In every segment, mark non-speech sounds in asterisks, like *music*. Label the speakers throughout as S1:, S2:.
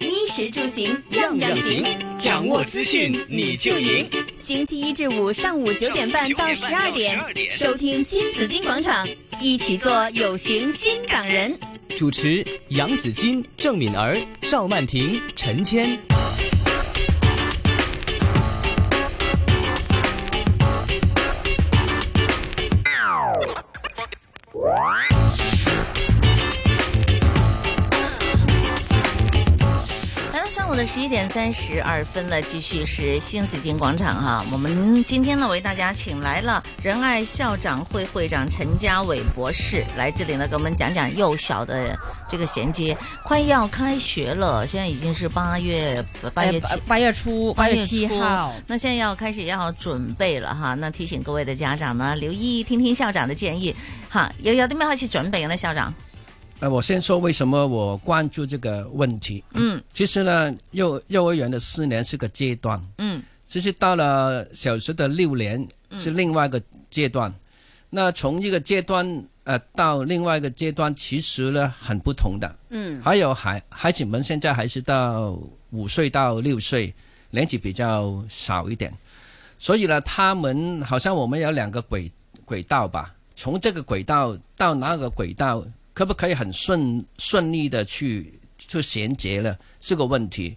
S1: 衣食住行样
S2: 样
S1: 样
S2: 样行
S1: 行。，
S2: 掌握资讯你就赢。
S1: 星期一至五上午九点半到十二点，收听新紫金广场，一起做有型新港人。
S2: 主持杨紫金、郑敏儿、赵曼婷、陈谦。
S3: 来到上午的十一点三十二分了，继续是新紫金广场哈、我们今天呢为大家请来了仁爱校长会会长陈家伟博士来这里呢，给我们讲讲幼小的这个衔接。快要开学了，现在已经是八月八月七
S4: 呃八月初八月七号，
S3: 那现在要开始要准备了哈。那提醒各位的家长呢，留意听听校长的建议哈。有有啲咩开始准备呢？校长，
S5: 呃，我先说为什么我关注这个问题。
S3: 嗯
S5: 其实呢，幼幼儿园的四年是个阶段，
S3: 嗯
S5: 其实到了小学的六年是另外一个阶段。那从一个阶段呃到另外一个阶段，其实呢很不同的。
S4: 嗯
S5: 还有孩孩子们现在还是到五岁到六岁，年纪比较少一点，所以呢，他们好像我们有两个轨轨道吧，从这个轨道到那个轨道，可不可以很顺顺利的去去衔接了，是个问题。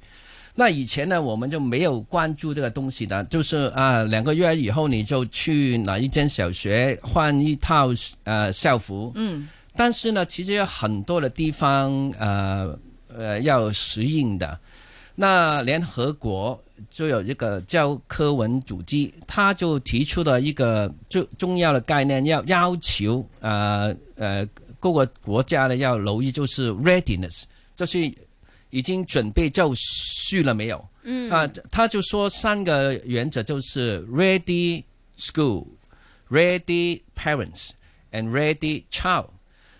S5: 那以前呢，我们就没有关注这个东西的，就是啊，两个月以后你就去哪一间小学换一套呃校服，
S3: 嗯
S5: 但是呢，其实有很多的地方呃呃要适应的。那联合国就有一个教科文组织，他就提出了一个最重要的概念，要要求呃呃各个国家呢要留意，就是 readiness，就是已经准备就绪了没有？嗯啊，他就说三个原则就是 ready school、ready parents and ready child。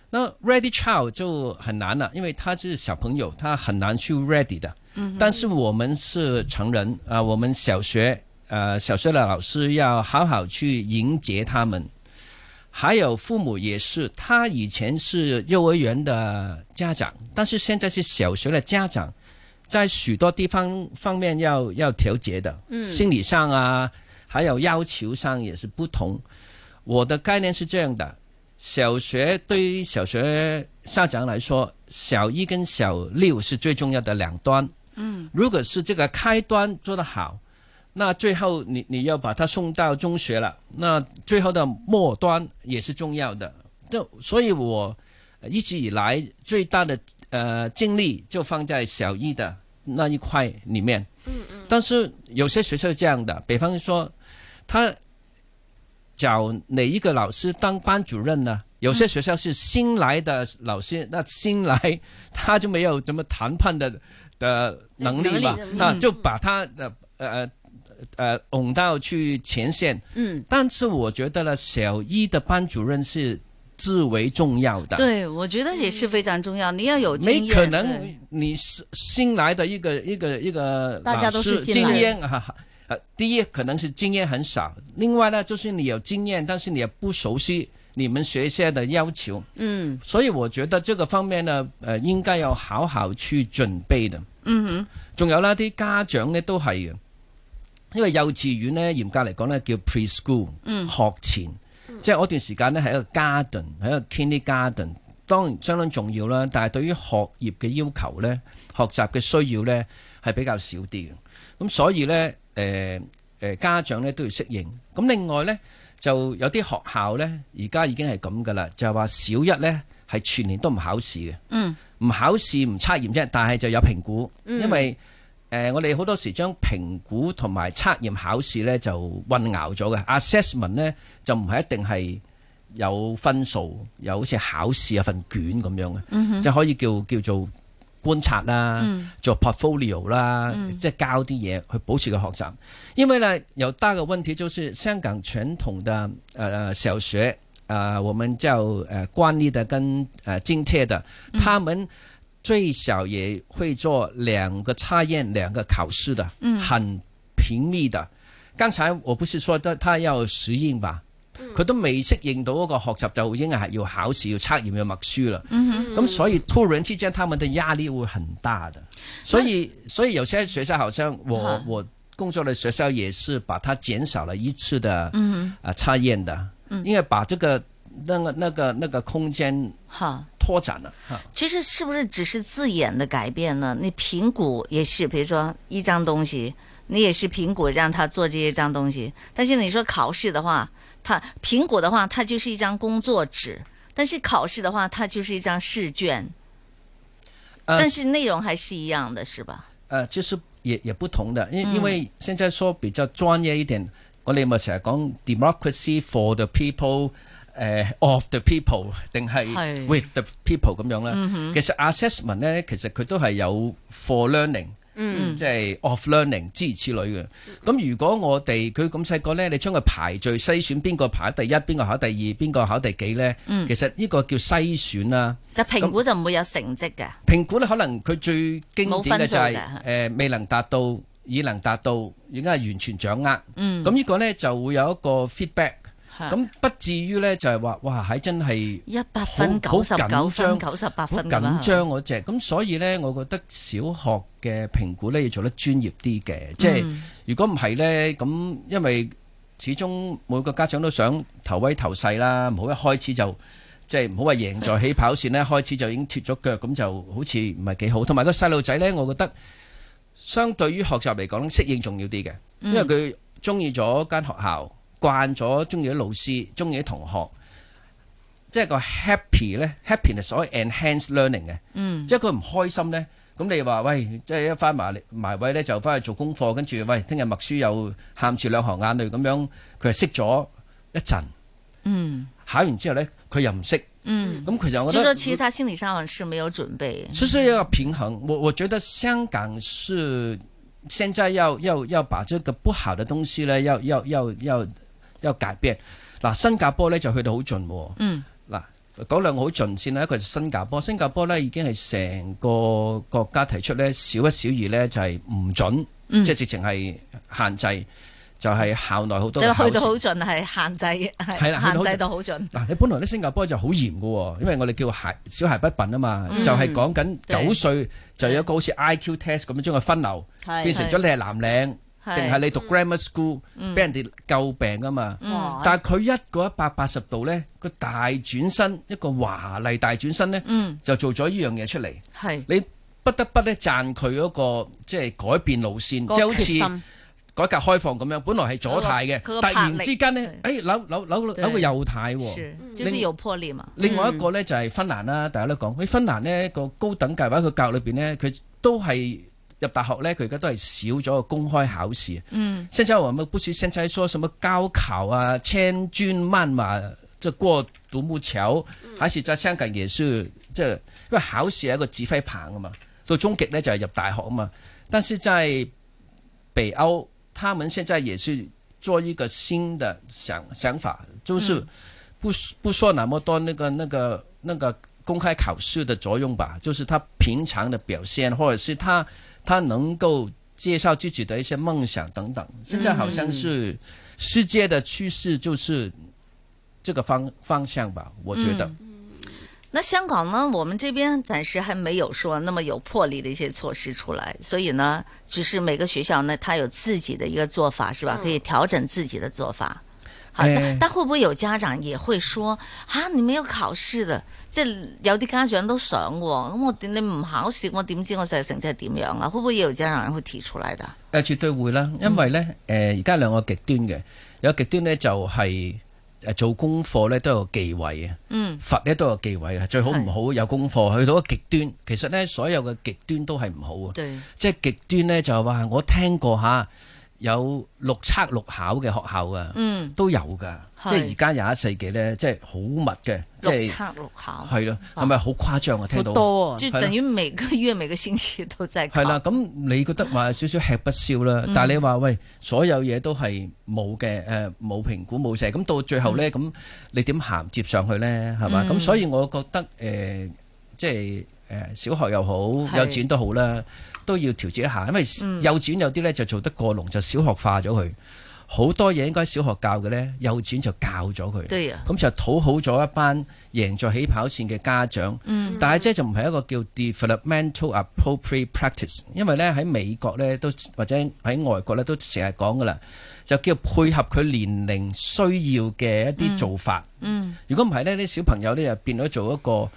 S5: 那 ready child 就很难了，因为他是小朋友，他很难去 ready 的。嗯、但是我们是成人啊、我们小学呃小学的老师要好好去迎接他们。还有父母也是，他以前是幼儿园的家长，但是现在是小学的家长，在许多地方方面要要调节的，嗯、心理上啊，还有要求上也是不同。我的概念是这样的，小学对于小学校长来说，小一跟小六是最重要的两端。嗯，如果是这个开端做得好，那最后你你要把他送到中学了，那最后的末端也是重要的。就所以我呃一直以来最大的呃精力就放在小一的那一块里面。嗯嗯。但是有些学校是这样的，比方说他找哪一个老师当班主任呢？有些学校是新来的老师，那新来他就没有怎么谈判的的能力吧？
S4: 能力
S5: 啊，就把他的呃呃拱到去前线。
S4: 嗯，
S5: 但是我觉得呢，小一的班主任是至为重要的。
S3: 对，我觉得也是非常重要，你要有经
S5: 嗯没
S3: 验。
S5: 可
S3: 对
S5: 能，你是新来的一个一个一个
S4: 大家都是
S5: 老师
S4: 新来
S5: 经
S4: 的
S5: 验啊，哈呃，第一可能是经验很少，另外呢就是你有经验，但是你也不熟悉你们学校的要求，
S4: 嗯
S5: 所以我觉得这个方面呢，呃，應該要好好去準備的。嗯哼，仲有啦，啲家長呢都係嘅，因為幼稚園呢嚴格嚟講呢叫 preschool，嗯，學前，即係嗰段時間呢係一個 garden，係一個 kindergarten，當然相當重要啦。但係對於學業嘅要求呢，學習嘅需要呢係比較少啲嘅。咁所以呢，誒、誒、家長呢都要適應。咁另外呢。就有啲學校呢，而家已經係咁噶啦，就係話小一呢係全年都唔考試嘅，
S4: 嗯，
S5: 唔考試唔測驗啫，但係就有評估，因為誒、呃我哋好多時將評估同埋測驗考試呢就混淆咗嘅，assessment 呢就唔係一定係有分數，有好似考試有份卷咁樣嘅，即係可以叫叫做觀察啦，做 portfolio 啦，即係交啲嘢去保持個學習。因为呢，有大个问题就是香港传统的呃小学，呃，我们叫呃惯例的跟呃津贴的，他们最少也会做两个测验、两个考试的，嗯，很频密的。刚才我不是说他他要实应吧，佢都未適應到嗰個學習，就已經係要考試、要測驗、要默書啦。
S3: 嗯哼。
S5: 咁所以突然之間，他們的壓力會很大的。所以，所以有些学校好像我
S3: 啊
S5: 我工作的学校也是把它减少了一次的
S3: 嗯
S5: 啊测验的，因为把这个那个那个那个空间
S3: 好，
S5: 拓展了。啊
S3: 其实是不是只是字眼的改变呢？你评估也是，比如说一张东西，你也是评估让他做这一张东西。但是你说考试的话，他评估的话，它就是一张工作纸；但是考试的话，它就是一张试卷。
S5: 呃
S3: 但是内容还是一样的，是吧？
S5: 呃，就是也也不同的，因
S3: 嗯
S5: 因为现在说比较专业一点，我哋咪成日講 democracy for the people。誒、of the people 定係
S3: 係
S5: with the people 咁樣啦。其實 assessment 咧，其實佢都係有 for learning，、即係 of learning 諸如此類嘅。咁如果我哋佢咁細個咧，你將佢排序篩選邊個排第一，邊個考第二，邊個考第幾咧？其實呢個叫篩選啦、
S3: 但評估就唔會有成績嘅，
S5: 評估咧，可能佢最經典嘅
S3: 冇
S5: 就係、
S3: 分數
S5: 誒
S3: 㗎、
S5: 未能達到，已能達到，已經係完全掌握。
S3: 嗯
S5: 咁呢個呢，就會有一個 feedback。
S3: 嚇
S5: 咁不至於呢，就係話哇，係真係
S3: 一百
S5: 好
S3: 分、九十九
S5: 好緊
S3: 分、
S5: 張
S3: 九十八
S5: 好
S3: 分
S5: 緊
S3: 㗎嘛
S5: 張嗰只。咁所以呢，我覺得小學嘅評估呢，要做得專業啲嘅，即係、如果唔係呢，咁因為始終每個家長都想頭威頭勢啦，唔好一開始就。即係唔好話贏在起
S3: *laughs*
S5: 跑線呢，開始就已經脱咗腳，咁就好似唔係幾好。同埋個細路仔呢，我覺得相對於學習嚟講，適應重要啲嘅，因為佢中意咗間學校，慣咗中意啲老師，中意啲同學，即係個 happy 呢 h a p p i n e s s 所謂 enhanced learning 嘅，
S3: 嗯
S5: 即係佢唔開心呢。咁你話喂，即係一翻埋嚟埋位呢，就翻去做功課，跟住喂，聽日默書又喊住兩行眼淚咁樣，佢係識咗一陣，
S3: 嗯
S5: 考完之後呢，佢又唔識，
S3: 嗯，
S5: 咁佢就我覺
S3: 就
S5: 得
S3: 說其實他心理上是沒有準备。
S5: 就是要平衡。我我觉得香港是现在要要要把这个不好的东西呢，要要要要要改变。嗱，新加坡呢就去到好盡喎。
S3: 嗯。
S5: 嗱，講兩個好盡先啦，一個就新加坡，新加坡呢已經係成個國家提出呢小一、小二呢就係唔準，
S3: 嗯
S5: 即係直情係限制，就係、校內好多
S3: 你
S5: 嘅
S3: 話
S5: 考
S3: 去到
S5: 試
S3: 好盡係限制，係
S5: 係啦去到好
S3: 限
S5: 盡
S3: 制到好盡。
S5: 嗱，你本來咧新加坡就好嚴嘅喎，因為我哋叫孩小孩不笨啊嘛，就係講緊
S3: 嗯對
S5: 九歲就有一個好似 IQ test 咁樣將佢分流，
S4: 係
S5: 變成咗你係藍領
S3: 係嗯
S5: 定係你讀 grammar school，俾人哋救病啊嘛。
S4: 哇
S5: 但係佢一個一百八十度咧，個大轉身一個華麗大轉身咧，
S3: 嗯
S5: 就做咗呢樣嘢出嚟。
S3: 係
S5: 你不得不咧讚佢嗰個即係改變路線，
S4: 個
S5: 即係好
S4: 決
S5: 似。
S4: 心
S5: 改革開放咁樣，本來係左太嘅，
S3: 佢個
S5: 突然
S3: 魄力嗯
S5: 之間呢，誒扭扭扭扭個右太喎
S3: 是，，就是
S5: 另
S3: 有魄力嘛。
S5: 另外一個咧就係芬蘭啦，大家都講，喺芬蘭呢個高等教育或者佢教育裏邊呢，佢都係入大學呢，佢而家都係少咗個公開考試。啊
S3: 嗯，
S5: 現在我們不是現在說什麼高考啊、千軍萬馬這過獨木橋，還是在香港也是即係因為考試係一個指揮棒啊嘛，到終極呢就係入大學啊嘛。但是在北歐，他們現在也是做一個新的想想法，就是不不说那麼多那個那個那個公開考試的作用吧，就是他平常的表現，或者是他他能夠介紹自己的一些夢想等等。現在好像是世界的趨勢就是這個方方向吧，我覺得。
S3: 那香港呢？我们这边暂时还没有说那么有魄力的一些措施出来，所以呢，只是每个学校呢，它有自己的一个做法，是吧？可以调整自己的做法。好，
S5: 哎
S3: 但但会不会有家长也会说啊？你没有考试的，即系有啲家长都想喎。咁我點你唔考試，我點知我細成績係點樣啊？會唔會也有家長會提出來的？
S5: 誒絕對會啦，因為咧誒而家兩個極端嘅，有極端咧就係、誒做功課咧都有忌諱啊，
S3: 嗯，
S5: 罰咧都有忌諱啊，最好唔好有功課，去到一個極端，其實咧所有嘅極端都係唔好啊。
S3: 對，
S5: 即係極端呢，就係話我聽過嚇有六測六考嘅學校啊，
S3: 嗯，
S5: 都有噶。
S3: 係
S5: 即係而家廿一世紀呢，即係好密嘅，即
S3: 六
S5: 係
S3: 測六考。
S5: 係咯，係咪好誇張啊？聽
S4: 好
S5: 到
S4: 多啊，
S3: 就
S5: 係啦
S3: 等于每个月每个星期都在考。
S5: 係啦，咁你覺得話少少吃不消啦，但係你話喂，所有嘢都係冇嘅，誒冇評估冇寫，咁到最後呢，咁、你點銜接上去呢？係嘛？咁、所以我覺得誒、呃即係誒、呃小學又好，
S3: 係
S5: 幼稚園都好啦，都要調節一下，因為幼稚園有啲呢就做得過龍，就小學化咗佢。好多嘢應該小學教嘅呢，幼稚園就教咗佢。
S3: 對啊，
S5: 咁就討好咗一班贏在起跑線嘅家長。
S3: 嗯
S5: 但係即係就唔係一個叫 developmental appropriate practice，因為呢喺美國呢，都或者喺外國呢，都成日講噶啦，就叫配合佢年齡需要嘅一啲做法。
S3: 嗯
S5: 如果唔係呢，啲小朋友呢，就變咗做一個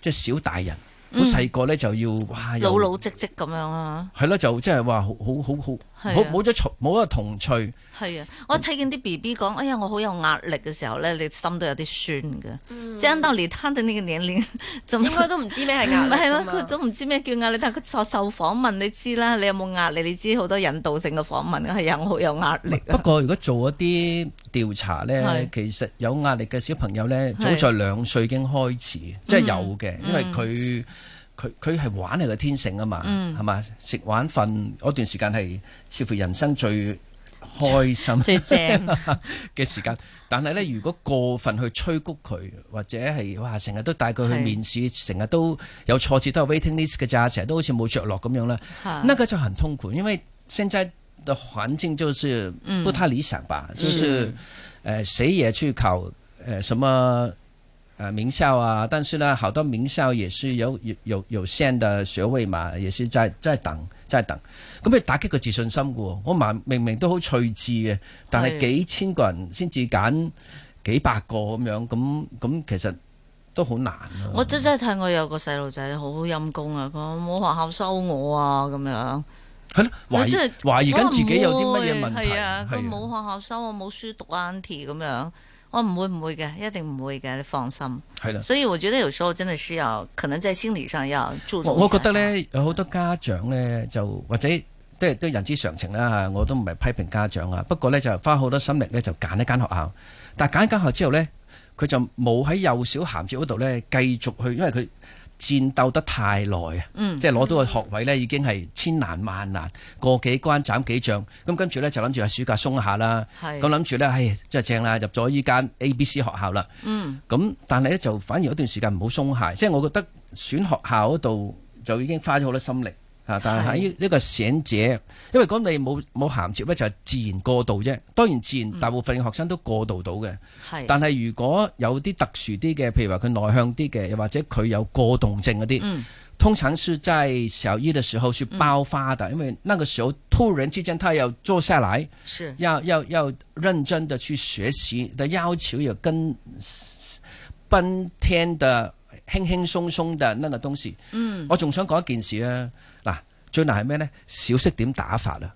S5: 即係小大人，好細個呢，就要哇
S3: 嗯
S5: 又
S3: 老老積積咁樣啊，
S5: 係咯，就即係話好好好好
S3: 係啊
S5: 好冇咗從冇一個童趣，
S3: 係啊，
S5: 嗯
S3: 我睇見啲 B B 講，哎呀，我好有壓力嘅時候咧，你心都有啲酸嘅。
S5: 嗯
S3: 即係按道理，他的呢個年齡， *laughs* 就
S6: 應該都唔知咩
S3: *laughs*
S6: 係壓力
S3: 係
S6: 㗎
S5: 啊
S3: 啦，
S6: 嘛
S3: 佢都唔知咩叫壓力，但係佢受受訪問，你知啦，你有冇壓力？你知好多引導性嘅訪問，係有好有壓 *laughs* 力
S5: 不 *laughs*
S3: 啊。
S5: 過如果做一啲調查呢
S3: 係，
S5: 其實有壓力嘅小朋友呢，早
S3: 係
S5: 在兩歲已經開始，即係有嘅，因為佢佢佢係玩係個天性啊嘛，係嘛、食玩瞓嗰段時間係似乎人生最開心
S4: 最正，
S5: *laughs* 嘅時間。但係呢，如果過分去催谷佢，或者係哇成日都帶佢去
S3: 係
S5: 面試，成日都有挫折，都有 waiting list 嘅咋，成日都好似冇着落咁樣啦。
S3: 嚇
S5: 那个就很痛苦，因为现在的环境就是
S3: 嗯
S5: 不太理想吧，就是呃谁也去考呃什么。呃，名校啊，但是呢，好多名校也是有有有有限的学位嘛，也是在在等在等，咁你打擊個自信心嘅喎。我明明明都好趣致嘅，但係
S3: 係
S5: 幾千個人先至揀幾百個咁樣，咁咁其實都好難咯、
S3: 我真真係睇我有個細路仔好陰功啊，佢話冇學校收我啊咁樣。
S5: 係咯，懷
S3: 我真係
S5: 疑懷疑緊自己有啲乜嘢
S3: 我
S5: 問
S3: 唔
S5: 題，
S3: 會係啊，佢
S5: 係
S3: 冇學校收我，冇書讀啊 auntie 咁樣。我唔會唔會嘅，一定唔會嘅，你放心。
S5: 係啦。
S3: 所以我覺得有時候真的是要，可能在心理上要注
S5: 我
S3: 重。
S5: 我覺得，咧，有好多家長咧，就或者即係都人之常情啦嚇，我都唔係批評家長啊。不過咧，就花好多心力咧，就揀一間學校。但係揀一間學校之後咧，佢就冇喺幼小銜接嗰度咧繼續去，因為佢戰鬥得太耐啊。
S3: 嗯
S5: 即係攞到個學位咧，已經係千難萬難，過幾關斬幾將。咁跟住咧就諗住喺暑假鬆下啦。
S3: 係
S5: 咁諗住咧，唉，真係正啦，入咗依間 A、B、C 學校啦。
S3: 嗯，
S5: 咁但係咧就反而有段時間唔好鬆懈，即係我覺得選學校嗰度就已經花咗好多心力嚇，但係喺呢一個選者，因為咁你冇冇銜接咧，就係自然過渡啫。當然自然
S3: 嗯
S5: 大部分嘅學生都過渡到嘅，
S3: 係。
S5: 但係如果有啲特殊啲嘅，譬如話佢內向啲嘅，又或者佢有過動症嗰啲，
S3: 嗯
S5: 通常是在小一的時候是爆發的，因為那個時候突然之間他要坐下來。
S3: 是
S5: 要要要认真的去学习的要求，有跟奔天的轻轻松松的那个东西。嗯，我仲想講一件事啊，嗱，最難係咩呢？小息點打法啊？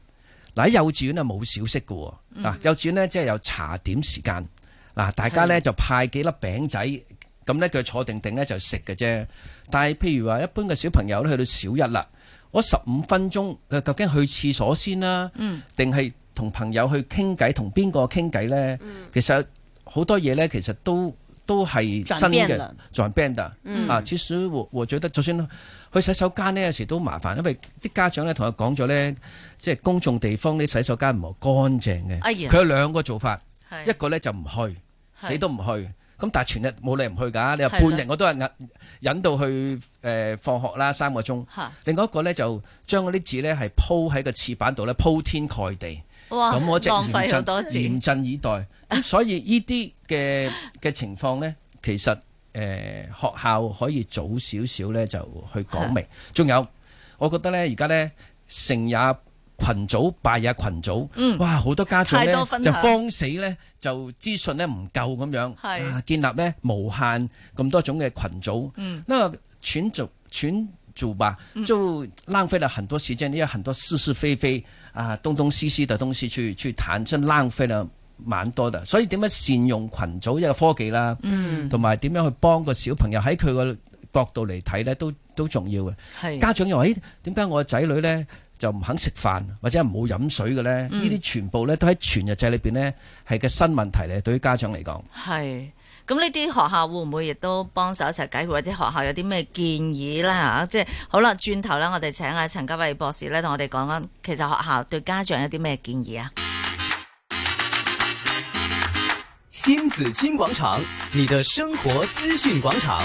S5: 嗱，喺幼稚園啊冇小息嘅喎，嗱、幼稚園呢即係有茶點時間，嗱，大家呢就派幾粒餅仔，咁呢，佢坐定定呢就食嘅啫。但係譬如話一般嘅小朋友呢，去到小一啦，我十五分鐘佢究竟去廁所先啦、
S3: 嗯
S5: 定係同朋友去傾偈，同邊個傾偈呢？
S3: 嗯
S5: 其實好多嘢呢，其實都都係
S4: 轉
S5: 新
S4: 變
S5: 嘅
S4: 了
S5: 轉變的。
S3: 嗯
S5: 啊，其實我我覺得，就算去洗手間呢，有時都麻煩，因為啲家長呢同我講咗呢，即係公眾地方啲洗手間唔係乾淨嘅。
S3: 哎呀哎
S5: 佢有兩個做法，
S3: 係
S5: 一個呢就唔去，
S3: 係
S5: 死都唔去。咁但係全日冇理由唔去㗎，你話
S3: 係
S5: 半
S3: 啦
S5: 日我都係引引到去誒、呃放學啦，三個鐘。
S3: 嚇
S5: 另外一個咧就將嗰啲字咧係鋪喺個廁板度咧鋪天蓋地，
S3: 哇，
S5: 咁我即
S3: 哦浪
S5: 係
S3: 費好
S5: 嚴
S3: 多
S5: 陣
S3: 字，
S5: 嚴陣以待。
S3: *laughs*
S5: 咁所以呢啲嘅嘅情況咧，其實誒、呃、學校可以早少少咧就去講明。仲有，我覺得咧而家咧成也群組，敗也群組。
S3: 嗯
S5: 哇！好多家長咧
S3: 太多分
S5: 就
S3: 享
S5: 慌啊死咧，就資訊咧唔夠咁樣，
S3: 係
S5: 啊建立咧無限咁多種嘅群組。
S3: 嗯，
S5: 那群主群主吧，就浪费了很多时间，因为很多是是非非啊，东东西西的东西去去谈，真浪费了。蛮多的，所以點樣善用群組嘅科技啦，
S3: 嗯
S5: 同埋點樣去幫個小朋友喺佢個角度嚟睇呢，都都重要嘅。
S3: 係
S5: 家長又話：，誒點解我仔女呢就唔肯食飯或者唔好飲水嘅呢？呢啲、全部呢都喺全日制裏邊呢係嘅新問題嚟，對於家長嚟講。
S3: 係。咁呢啲學校會唔會亦都幫手一齊解決，或者學校有啲咩建議啦嚇？即係好啦，轉頭啦，我哋請阿陳家偉博士咧同我哋講緊，其實學校對家長有啲咩建議啊？
S2: 新紫金广场，你的生活资讯广场。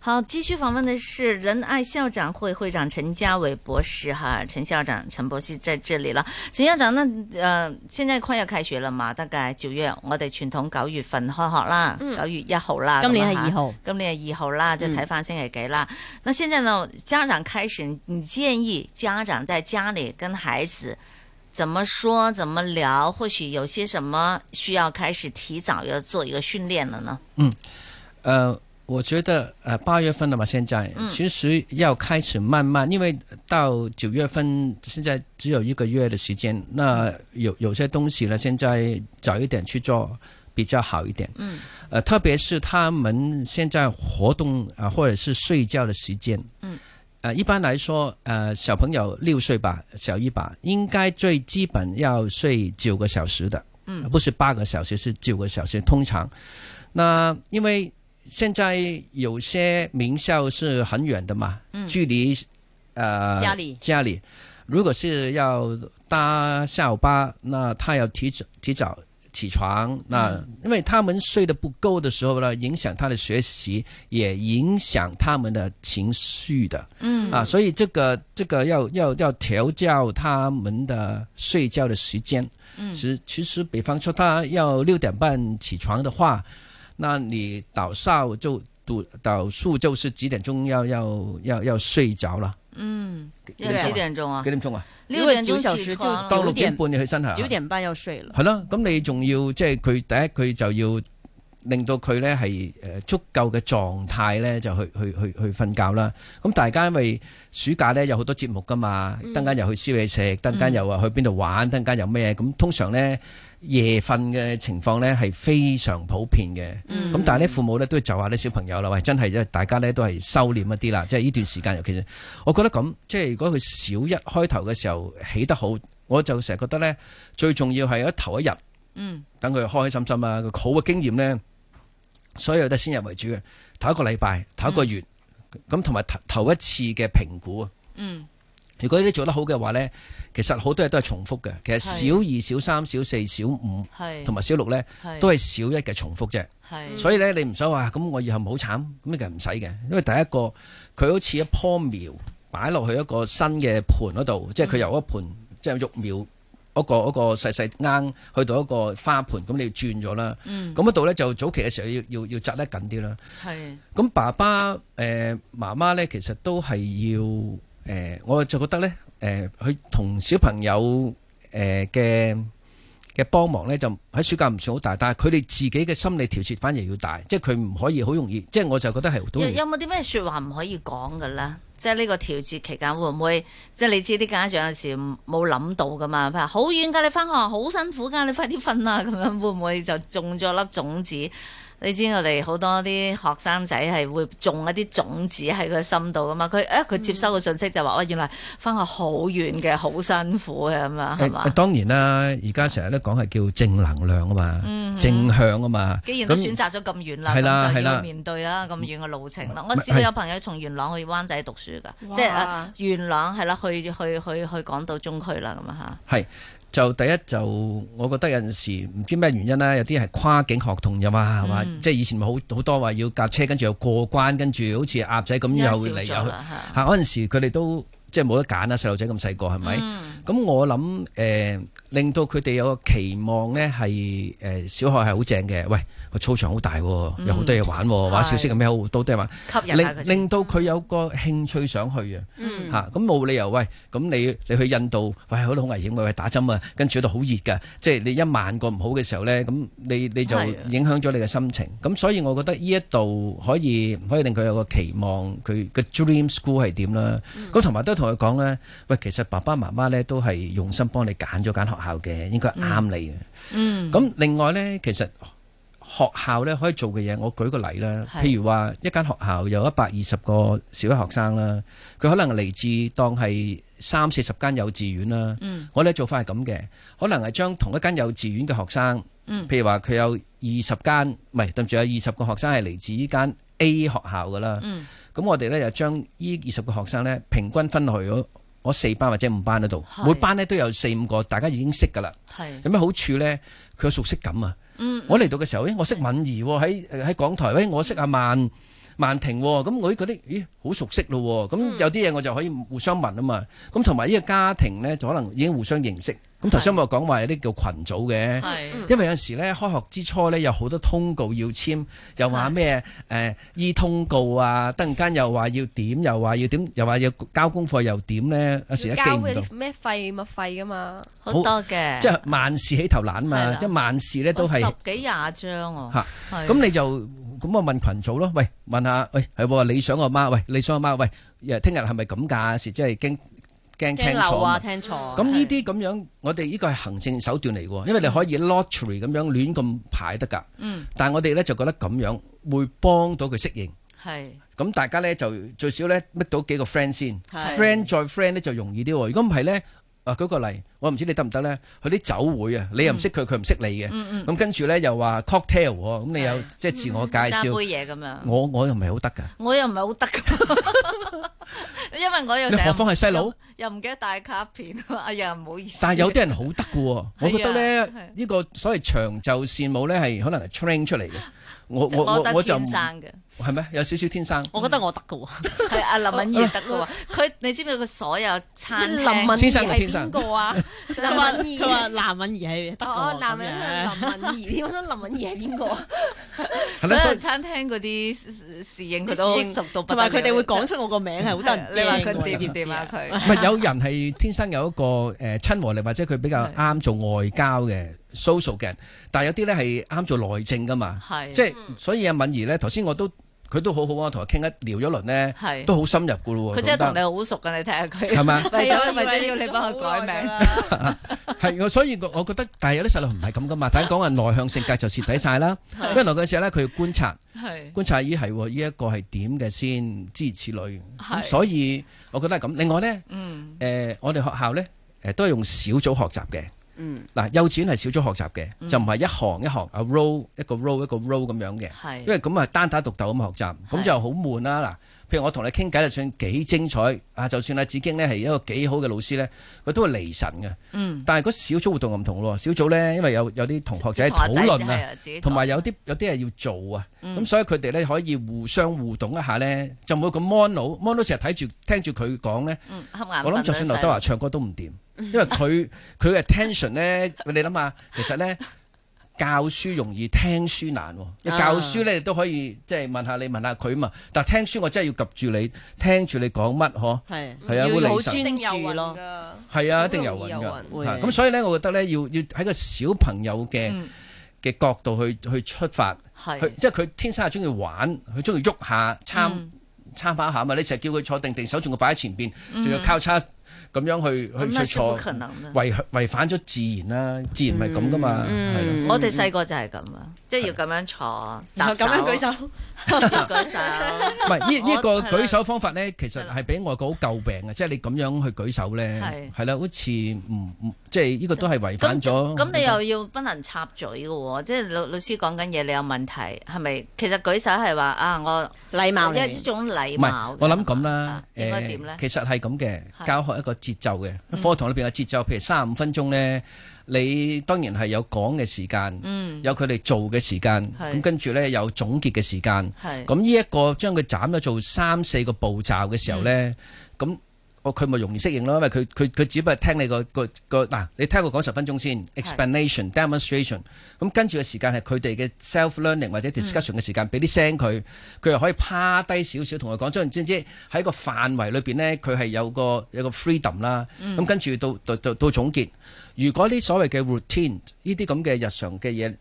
S3: 好，继续访问的是仁爱校长会会长陈家伟博士哈，陈校长陈博士在这里了。陳校長呢，呃，現在快要開學啦嘛，大概九月，我哋傳統九月份開學啦，九、月一號啦，
S4: 嗯今年
S3: 咁
S4: 係
S3: 啊
S4: 二嗯號
S3: 嚇今年係二號啦，就睇翻星期幾啦。那現在呢，家長開始，你建議家長在家裡跟孩子怎麼說、怎麼聊，或許有些什麼需要開始提早要做一個訓練了呢？
S5: 呃，我觉得呃八月份了嘛，现在、
S3: 嗯
S5: 其实要开始慢慢，因为到九月份现在只有一个月的时间，那
S3: 嗯
S5: 有有些东西呢，现在早一点去做比较好一点。
S3: 嗯，
S5: 呃，特别是他们现在活动啊、呃或者是睡觉的时间。
S3: 嗯。
S5: 呃，一般来说，呃，小朋友六岁吧，小一吧，应该最基本要睡九个小时的，
S3: 嗯
S5: 不是八个小时，是九个小时，通常。那因为现在有些名校是很远的嘛，
S3: 嗯
S5: 距离呃
S4: 家里
S5: 家里，如果是要搭校巴，那他要提早提早起床，那、
S3: 嗯
S5: 因为他们睡得不够的时候呢，影响他的学习，也影响他们的情绪的。
S3: 嗯
S5: 啊，所以这个这个要要要调教他们的睡觉的时间。
S3: 嗯
S5: 其其实，比方说他要六点半起床的话，那你倒哨就赌倒数就是几点钟要要要要睡着了？
S3: 嗯，
S5: 幾
S3: 要
S5: 點鐘啊
S3: 幾點鐘啊
S5: 几？點鐘啊？
S3: 六點
S4: 如果九
S3: 鐘
S4: 小
S3: 起
S4: 時就
S3: 床
S5: 到
S3: 啦
S4: 就
S5: 六點
S4: 點
S5: 半你起身係嘛
S4: 九點半要睡了。
S5: 係咯，咁你仲要即係佢第一佢就要令到佢咧係誒足夠嘅狀態咧就去去去去瞓覺啦。咁大家因為暑假咧有好多節目噶嘛，
S4: 嗯
S5: 等間又去燒嘢食，等間又話去邊度玩，等間又咩咁，通常咧夜瞓嘅情況咧係非常普遍嘅。
S4: 嗯
S5: 咁但係咧，父母咧都就話啲小朋友啦，喂，真係即係大家咧都係收斂一啲啦，即係呢段時間，尤其是我覺得咁，即係如果佢小一開頭嘅時候起得好，我就成日覺得咧，最重要係一頭一日，
S3: 嗯，
S5: 等佢開開心心啊，佢好嘅經驗咧，所有都係先入為主嘅，頭一個禮拜，頭一個月，咁同埋頭頭一次嘅評估啊。
S3: 嗯，
S5: 如果呢啲做得好嘅話咧，其實好多嘢都係重複嘅。其實小二、小三、小四、小五
S3: 係
S5: 同埋小六咧，
S3: 係
S5: 都係小一嘅重複啫。
S3: 係
S5: 所以咧，你唔使話咁，我以後唔好慘，咁你其實唔使嘅，因為第一個佢好似一棵苗擺落去一個新嘅盤嗰度，即係佢由一盤
S3: 嗯
S5: 即係育苗嗰、個嗰、個細細啱去到一個花盤，咁你要轉咗啦。
S3: 嗯
S5: 咁嗰度咧就早期嘅時候要要要紮得緊啲啦。
S3: 係
S5: 咁爸爸誒、呃媽媽咧，其實都係要誒、呃我就覺得咧誒，佢、同小朋友誒嘅嘅幫忙咧，就喺暑假唔算好大，但係佢哋自己嘅心理調節反而要大，即係佢唔可以好容易，即係我就覺得係好
S3: 有
S5: 容易
S3: 有冇啲咩説話唔可以講㗎啦？即係呢個調節期間會唔會即係你知啲家長有時冇諗到㗎嘛？譬如好遠㗎，你翻學好辛苦㗎，你快啲瞓啦咁樣，會唔會就種咗粒種子？你知我哋好多啲學生仔係會種一啲種子喺佢心度㗎嘛？佢
S5: 嗯
S3: 誒佢接收嘅信息就話：哦，原來翻學好遠嘅，好辛苦嘅咁樣係
S5: 誒。誒
S3: 嘛？
S5: 當然啦，而家成日都講係叫正能量啊嘛，正向啊嘛。
S3: 嗯既然都
S5: 咁
S3: 選擇咗咁遠啦，
S5: 係啦
S3: 咁就
S5: 係
S3: 要
S5: 啦
S3: 面對啦咁遠嘅路程啦。我
S5: 咪
S3: 試過
S5: 係
S3: 有朋友從元朗去灣仔讀書㗎，
S4: 哇
S3: 即係啊元朗係啦，去去去去港島中區啦咁啊
S5: 就第一就，我覺得有陣時唔知咩原因啦，有啲係跨境學童又嘛，係嘛、即係以前咪好好多話要架車，跟住又過關，跟住好似鴨仔咁
S3: 嚇，
S5: 又
S3: 而家
S5: 嚟
S3: 少
S5: 又
S3: 咗
S5: 去。
S3: 啦嚇。
S5: 嚇嗰陣時佢哋都即係冇得揀啦，啊細路仔咁細個係咪？咁、我諗誒、呃令到佢哋有個期望呢係誒小學係好正嘅，喂個操場好大喎，有好多嘢玩喎，玩小息咁咩好多啲嘢玩，
S3: 吸引下佢
S5: 令
S3: 先。
S5: 令到佢有個興趣想去啊！
S4: 嗯
S5: 嚇咁冇理由喂，咁你你去印度，喂嗰度好危險嘅，喂打針啊，跟住嗰度好熱㗎，即係你一萬個唔好嘅時候呢，咁你你就
S3: 係啊
S5: 影響咗你嘅心情。咁所以我覺得呢一度可以可以令佢有個期望，佢嘅 dream school 係點啦。咁同埋都同佢講呢，喂，其實爸爸媽媽呢都係用心幫你揀咗間學校嘅，應該啱你嘅。
S3: 嗯
S5: 咁另外呢，其實學校呢可以做嘅嘢，我舉個例啦，
S3: 係
S5: 譬如話一間學校有一百二十個小一學生啦，佢可能嚟自當係三四十間幼稚園啦。
S3: 嗯
S5: 我哋做法係咁嘅，可能係將同一間幼稚園嘅學生，
S3: 嗯
S5: 譬如話佢有二十間，唔係對唔住有二十個學生係嚟自呢間 A 學校噶啦。
S3: 嗯，
S5: 咁我哋呢，就將呢二十個學生呢，平均分落去嗰嗰四班或者五班嗰度，
S3: 係
S5: 每班呢都有四五個，大家已經識噶啦。
S3: 係
S5: 有咩好處呢？佢有熟悉感啊！
S3: 嗯
S5: 我嚟到嘅時候，誒，我識敏儀喎，喺喺港台，誒，我識阿曼，曼婷喎，咁我覺得咦好熟悉咯喎，咁有啲嘢我就可以互相問啊嘛。咁同埋呢個家庭咧，就可能已經互相認識。咁頭先我講話有啲叫群組
S3: 嗯
S5: 嘅，
S3: 係
S5: 因為有陣時咧開學之初咧有好多通告要簽，又話咩誒醫通告啊，突然間又話要點，又話要點，又話要交功課又點咧，有時一記
S6: 交
S5: 唔
S6: 嗰
S5: 到。
S6: 啲咩費物費噶嘛，
S3: 好多嘅，
S5: 即係萬事起頭難
S3: 係
S5: 嘛，
S3: 啦
S5: 即係萬事咧都
S3: 哇
S5: 係
S3: 十幾廿張
S5: 嚇
S3: 哦。係
S5: 咁你就咁我問群組咯，喂，問下，喂係喎，你想我媽，喂，你想我媽，喂，誒聽日係咪咁㗎？有時即係驚驚聽
S4: 驚
S5: 錯
S4: 漏啊，
S5: 啊嘛
S4: 聽錯啊。嗯
S5: 咁呢啲咁樣，我哋呢個係行政手段嚟喎，因為你可以 lottery 咁樣亂咁排得㗎。
S3: 嗯
S5: 但係我哋咧就覺得咁樣會幫到佢適應。
S3: 係
S5: 咁大家咧就最少咧 make 到幾個 friend 先
S3: 係
S5: ，friend 再 friend 咧就容易啲喎。如果唔係咧，啊舉個例，我唔知你得唔得咧？佢啲酒會啊，你又唔識佢，佢唔識你嘅。
S3: 嗯嗯
S5: 咁跟住咧又話 cocktail 喎，咁你又
S3: 係
S5: 即係自我介
S3: 揸
S5: 紹。
S3: 杯嘢咁樣，
S5: 我我又唔係好得㗎，
S3: 我又唔係好得
S5: *laughs*
S3: 㗎因為我又
S5: 你
S3: 成日
S5: 何況係細佬？
S3: 又唔記得帶卡片，哎呀唔好意思。
S5: 但
S3: *laughs*
S5: 係有啲人好得㗎喎，我覺得
S3: 係啊
S5: 咧呢個所謂長袖善舞咧係可能係 train 出嚟嘅。我
S3: 我
S5: 我
S3: 覺
S5: 我
S3: 得
S5: 我就唔
S3: 天生嘅，
S5: 係咩？有少少天生。
S4: 我覺得我得㗎喎。
S3: 係阿林敏儀得嘅喎。佢你知唔知佢所有餐
S6: 林
S3: 廳
S6: 敏
S5: 先
S6: 儀
S5: 生
S6: 係
S5: 先
S6: 邊
S5: 生
S6: 個啊？林
S4: *laughs*
S6: 敏
S4: 佢話
S6: 儀。
S4: 男敏儀係得
S6: 嗯哦，
S4: 㗎喎
S6: 男
S4: 咁
S6: 人
S4: 樣
S6: 係林敏儀，我想林敏儀係邊個啊？
S5: 係
S3: 所
S5: 啦，所
S3: 有
S5: 以
S3: 餐廳嗰啲侍應佢都熟到不得
S4: 同
S3: 了
S4: 埋佢哋會講出我個名係好得人
S3: *laughs* 你話
S4: 驚
S3: 佢
S4: 喎
S3: 掂
S4: 知
S3: 唔掂啊？佢
S5: 唔係有人係天生有一個誒親和力，或者佢比較啱做外交嘅 social 嘅人，但係有啲咧係啱做內政噶嘛，
S3: 係嗯
S5: 即係所以阿敏儀咧，頭先我都佢都好好啊，同我傾一聊咗輪咧，
S3: 係
S5: 都好深入噶咯喎。
S3: 佢真係同
S5: 覺
S3: 你
S5: 得
S3: 好熟㗎，你睇下佢
S5: *laughs* 係嘛？
S3: 為
S6: 係啊
S3: 咗
S6: 我
S3: 為
S6: 以
S3: 咗
S6: 為
S3: 要你幫佢改名。
S6: 名，
S5: 係，我所以我我覺得，但係有啲細路唔係咁噶嘛。睇講話內向性格就蝕底晒啦，因為內向性格咧，佢要觀察
S3: 係
S5: 觀察咦係喎，呢一個係點嘅先，諸如此類。
S3: 係
S5: 咁所以我覺得係咁。另外咧。
S3: 嗯
S5: 誒、我哋學校呢，誒、都係用小組學習嘅。
S4: 嗯，
S5: 嗱，幼稚園係小組學習嘅，就唔係一行一行啊 row 一個 row 一個 row 咁樣嘅，
S3: 係
S5: 因為咁啊單打獨鬥咁學習，
S3: 係
S5: 咁就好悶啦。嗱，譬如我同你傾偈，就算幾精彩啊，就算阿子京呢係一個幾好嘅老師呢，佢都會離神嘅。
S3: 嗯，
S5: 但係嗰小組活動唔同咯，小組呢，因為有有啲同學仔討論啊。
S3: 啊，自己講
S5: 同埋有啲有啲係要做啊，咁、所以佢哋咧可以互相互動一下咧，就唔會咁 mono，mono 成日睇住聽住佢講咧，
S3: 嗯瞌眼瞓
S5: 我諗就算劉德華唱歌都唔掂，因為佢佢嘅 tension 咧，你諗下，其實咧教書容易，聽書難喎。
S4: 啊
S5: 教書咧都可以即係問下你問下佢嘛，但係聽書我真係要及住你，聽住你講乜嗬？
S4: 係
S5: 係
S4: 要
S5: 啊，會
S4: 好
S5: 離
S4: 專
S5: 神。
S6: 定遊
S4: 注
S6: 魂
S4: 咯
S6: 㗎。
S5: 係啊，一定
S6: 好
S5: 遊
S6: 容易
S5: 魂
S6: 遊
S5: 㗎。
S4: 魂
S5: 嚇咁所以咧，我覺得咧要要喺個小朋友嘅
S3: 嗯
S5: 嘅角度去去出發，佢
S3: 係
S5: 即係佢天生係中意玩，佢中意喐下參。
S3: 嗯
S5: 參考下嘛，你成日叫佢坐定定，手仲要擺喺前邊，仲要交叉咁樣去
S3: 咁啊
S5: 去
S3: 那
S5: 去
S3: 是不
S5: 坐，
S3: 可能的。
S5: 違違反咗自然啦，自然唔係咁噶嘛，係咯。
S3: 我哋細個就係咁啊，即係要咁樣坐，
S4: 然
S3: 搭
S4: 後咁樣舉，手，
S3: *laughs* 要舉手。
S5: 唔係呢
S3: 我
S5: 呢
S3: 係
S5: 個
S3: 啦
S5: 舉手方法咧，其實
S3: 係啦
S5: 係俾外國好詬病嘅，即係你咁樣去舉手咧
S3: 係，
S5: 係啦，好似唔唔，即係呢個都係違
S3: 咁
S5: 反咗。
S3: 咁你又要不能插嘴嘅喎，即係老老師講緊嘢，你有問題係咪？其實舉手係話啊，我
S4: 禮
S3: 有
S4: 貌
S3: 一
S4: 嚟。
S3: 種禮
S5: 唔
S3: 貌嘅。，
S5: 係我諗
S3: 係
S5: 咁
S3: 嘛
S5: 啦
S3: 啊，應該點
S5: 誒
S3: 咧？
S5: 其實係咁
S3: 係嗯
S5: 嘅，教學一個節奏嘅課堂裏邊嘅節奏，譬如三十五分鐘咧，你當然係有講嘅時間，
S3: 嗯，
S5: 有佢哋做嘅時間，
S3: 係
S5: 咁跟住咧有總結嘅時間。
S3: 係
S5: 咁呢一個將佢斬咗做三四個步驟嘅時候呢，咁我佢咪容易適應咯，因為佢佢佢只不過聽你個個個嗱，你聽我講十分鐘先，explanation、demonstration，咁跟住嘅時間係佢哋嘅 self learning 或者 discussion 嘅時間，俾啲聲佢，佢又可以趴低少少同佢講，總言之即係喺個範圍裏邊呢，佢係有個有個 freedom 啦，咁跟住到到到到總結，如果啲所謂嘅 routine 呢啲咁嘅日常嘅嘢。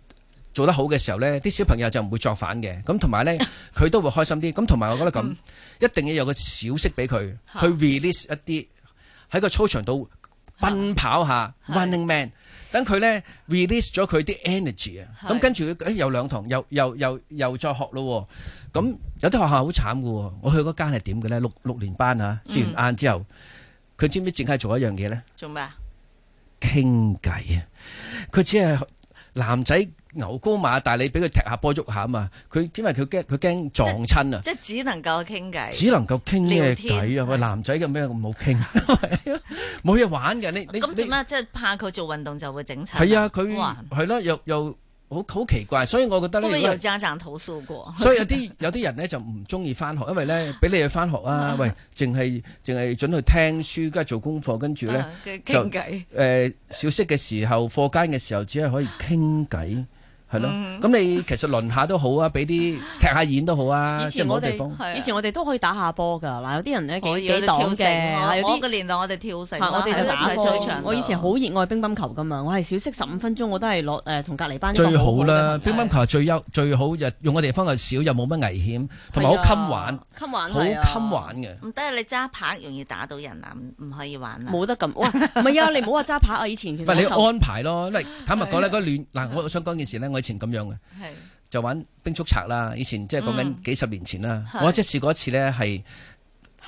S5: 做得好嘅時候呢，啲小朋友就唔會作反嘅。咁同埋呢，佢都會開心啲。咁同埋我覺得咁，一定要有個小息俾佢去 release 一啲喺個操場度奔跑下 running man。等佢呢 release 咗佢啲 energy 啊，
S3: 係
S5: 咁跟住誒有兩堂，又又又又再學咯喎。咁有啲學校好慘嘅喎，我去嗰間係點嘅呢？六六年班啊，食完晏之後，佢知唔知淨係做一樣嘢呢？
S3: 做咩啊？
S5: 傾偈啊！佢只係男仔牛高馬大，你俾佢踢下波喐下啊嘛。佢因為佢驚佢驚撞親啊，
S3: 即係只能夠傾偈。
S5: *laughs* 只能夠傾咩偈
S3: 聊
S5: 啊？
S3: 天
S5: 喂，男仔嘅咩咁冇傾， *laughs* 冇嘢玩嘅。你你
S3: 咁做
S5: 你
S3: 咩？即係怕佢做運動就會整親。
S5: 係啊？
S3: 哇
S5: 佢係咯，又又好好奇怪，所以我覺得
S3: 會
S5: 咧，
S3: 唔會
S5: 如果
S3: 有家長投訴過？
S5: 所以有啲有啲人咧就唔中意翻學，因為咧俾你去翻學啊，喂，淨係淨係準去聽書，跟住做功課，跟住咧
S3: 啊嘅
S5: 就
S3: 傾偈，
S5: 誒呃小息嘅時候、課間嘅時候，只係可以傾偈，係咯。
S3: 嗯
S5: 咁你其實輪下都好啊，俾啲踢下毽都好啊，
S4: 以
S5: 即係
S4: 前
S5: 冇
S4: 我
S5: 地方。
S3: 係啊
S4: 哋以前我哋都可以打下波㗎嗱，有啲人咧
S3: 我
S4: 幾
S3: 有
S4: 幾
S3: 啲
S4: 檔
S3: 跳
S4: 嘅，係
S3: 繩，
S4: 有
S3: 我我個
S4: 啲。
S3: 年代我哋跳繩啊啦，
S4: 係我哋就打
S3: 喺
S4: 波
S3: 操場度。
S4: 我以前好熱愛乒乓球㗎嘛，我係小息十五分鐘，我都係攞
S3: 嗯
S4: 誒同隔離班
S5: 最好啦，
S4: 乒
S5: 乒乓球係最優最好，就用嘅地方又少，又冇乜危險，同埋好襟玩，，
S4: 襟啊玩
S5: 好
S4: 係啊
S5: 襟玩嘅。
S3: 唔得，你揸拍容易打到人啊，唔唔可以玩啊。
S4: 冇得咁，哇！唔係啊，你唔好話揸拍啊！以前其
S5: 唔
S4: 實
S5: 係你
S4: 我就
S5: 安排咯，因為坦白講
S4: 啊
S5: 咧，嗰亂嗱，我想講件事咧，我以前咁樣嘅。
S3: 係
S5: 就玩冰竹賊啦，以前即係講
S4: 嗯
S5: 緊幾十年前啦。
S3: 係
S5: 我即係試過一次咧，係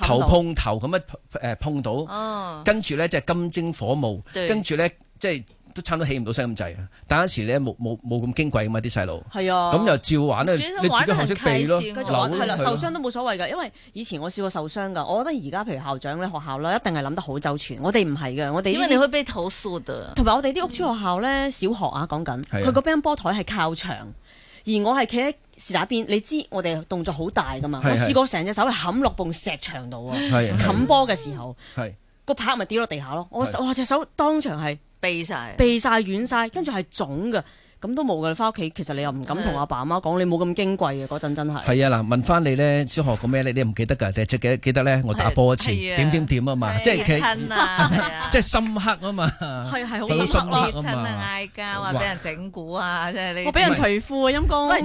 S5: 頭碰頭咁樣誒碰到，
S3: 哦，
S5: 跟住咧即係金睛火冒，
S3: 對
S5: 跟住咧即係都差唔多起唔到身咁滯啊！但嗰時咧冇冇冇咁矜貴噶嘛啲細路，
S4: 係啊，
S5: 咁又照玩咧，
S3: 主要
S5: 你自
S3: 玩
S5: 己
S3: 得
S5: 學
S3: 很
S5: 識避咯，
S3: 開心
S4: 繼續玩
S5: 扭
S4: 係啦，
S5: 佢
S4: 受傷都冇所謂㗎，因為以前我試過受傷㗎。我覺得而家譬如校長咧、學校咧，一定係諗得好周全。我哋唔係嘅，我哋
S3: 因
S4: 呢
S3: 為你
S4: 啲
S3: 會被投訴的。
S4: 同埋我哋啲屋村學校咧，小學啊講緊，
S5: 係啊
S4: 佢個乒乓波台係靠牆，而我係企喺是打邊。你知我哋動作好大㗎嘛？
S5: 係
S4: 我
S5: 係
S4: 試過成隻手係冚落埲石牆度啊！
S5: 係
S4: 冚波嘅時候，
S5: 係
S4: 個拍咪跌落地下咯。我
S5: 係
S4: 哇隻手當場係
S3: 避晒，
S4: 避晒軟晒，跟住係腫嘅，咁都冇嘅。翻屋企其實你又唔敢同阿爸阿媽講，你冇咁矜貴嘅嗰陣真係。
S5: 係啊！嗱，問翻你咧，小學個咩咧？你唔記得㗎？定係只記得記得咧？我打波一次，
S3: 係啊
S5: 點點點啊嘛，即係其實
S3: 親 *laughs* 啊，係啊
S5: 即係深刻啊嘛，
S4: 係係
S5: 好
S4: 好
S5: 深
S4: 深刻
S5: 刻咯
S3: 跌
S4: 咯。
S3: 親啊，嗌交啊，俾人整蠱啊，即係你。
S4: 我俾人除褲啊，陰公。
S5: 喂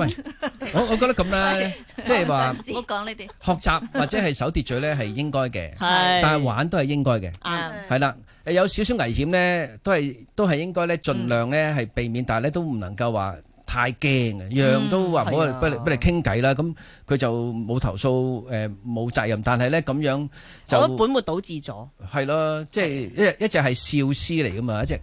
S5: 我我覺得咁啦，即係話。
S3: 唔好講呢啲。
S5: 學習或者係守秩序咧係應該嘅，
S4: 係，
S5: 但係玩都係應該嘅，
S4: 啱
S6: 嗯
S5: 係啦。誒有少少危險咧，都係都係應該咧，盡量
S4: 嗯
S5: 咧係避免，但係咧都唔能夠話太驚嘅，樣都話唔好
S4: 係啊
S5: 不如不如傾偈啦。咁佢就冇投訴誒冇責任，但係咧咁樣
S4: 我覺得
S5: 就
S4: 本末倒置咗。
S5: 係咯，即係一一隻係笑師嚟噶嘛，一隻。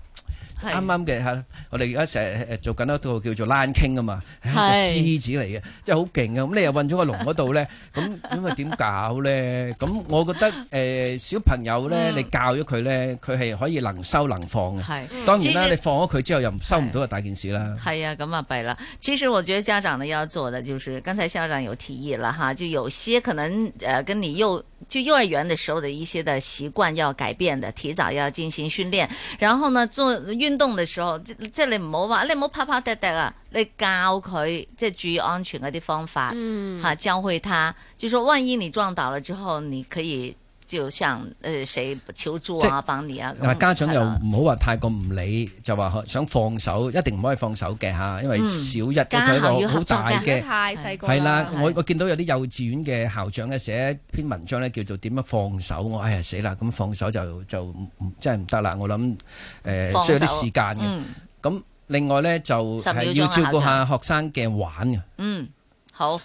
S3: 係
S5: 啱啱嘅嚇，我哋而家成日誒做緊一套叫做 Lion King 啊嘛，係
S4: 係
S5: 一隻獅子嚟嘅，即係好勁嘅。咁你又韞咗個籠嗰度
S3: *laughs*
S5: 咧，咁咁啊點搞咧？咁我覺得誒、小朋友咧，
S3: 嗯
S5: 你教咗佢咧，佢係可以能收能放嘅。
S3: 係。
S5: 當然啦，
S3: 至於
S5: 你放咗佢之後又收唔到就大件事啦。
S3: 系啊，咁啊弊啦。其实我觉得家长呢要做的就是，刚才校长有提议了哈，就有些可能呃跟你幼就幼儿园的时候的一些的习惯要改变的，提早要进行训练。然后呢，做运动的时候，即即係你唔好话你唔好啪啪嗒嗒啊，你教佢即係注意安全嗰啲方法，
S6: 嗯，
S3: 哈，教会他，就说万一你撞倒了之后，你可以就向呃谁求助啊，帮你啊。
S5: 嗱，
S3: 咁
S5: 家長又
S3: 係啦
S5: 唔好話太過唔理，就話想放手，一定唔可以放手嘅嚇，因為
S3: 嗯
S5: 小一佢
S3: 家
S5: 係一
S3: 校
S5: 個
S3: 要合
S5: 好
S3: 作
S5: 大
S3: 㗎
S5: 嘅。
S6: 太細個
S5: 係啦，
S3: 係
S5: 我我見到有啲幼稚園嘅校長咧寫一篇文章咧，叫做點樣放手。我哎呀死啦，咁放手就就唔唔真係唔得啦。我諗誒
S3: 放
S5: 需要
S3: 手
S5: 啲時間嘅。
S3: 嗯
S5: 咁、另外咧就
S3: 10秒
S5: 係
S3: 鐘
S5: 要
S3: 啊
S5: 照顧下
S3: 校
S5: 學生嘅玩嘅。
S3: 嗯，好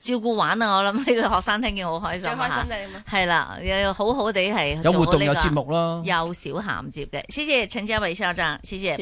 S3: 照顧玩啊！我諗呢個學生聽見好開心
S6: 最開
S3: 嚇
S6: 心，就係咁啊！
S3: 係啦，又好好地係
S5: 有
S3: 做
S5: 活
S3: 好
S5: 動
S3: 呢
S5: 有
S3: 個啊
S5: 節目咯。
S3: 幼小銜接嘅。謝謝陳家偉校長，謝謝。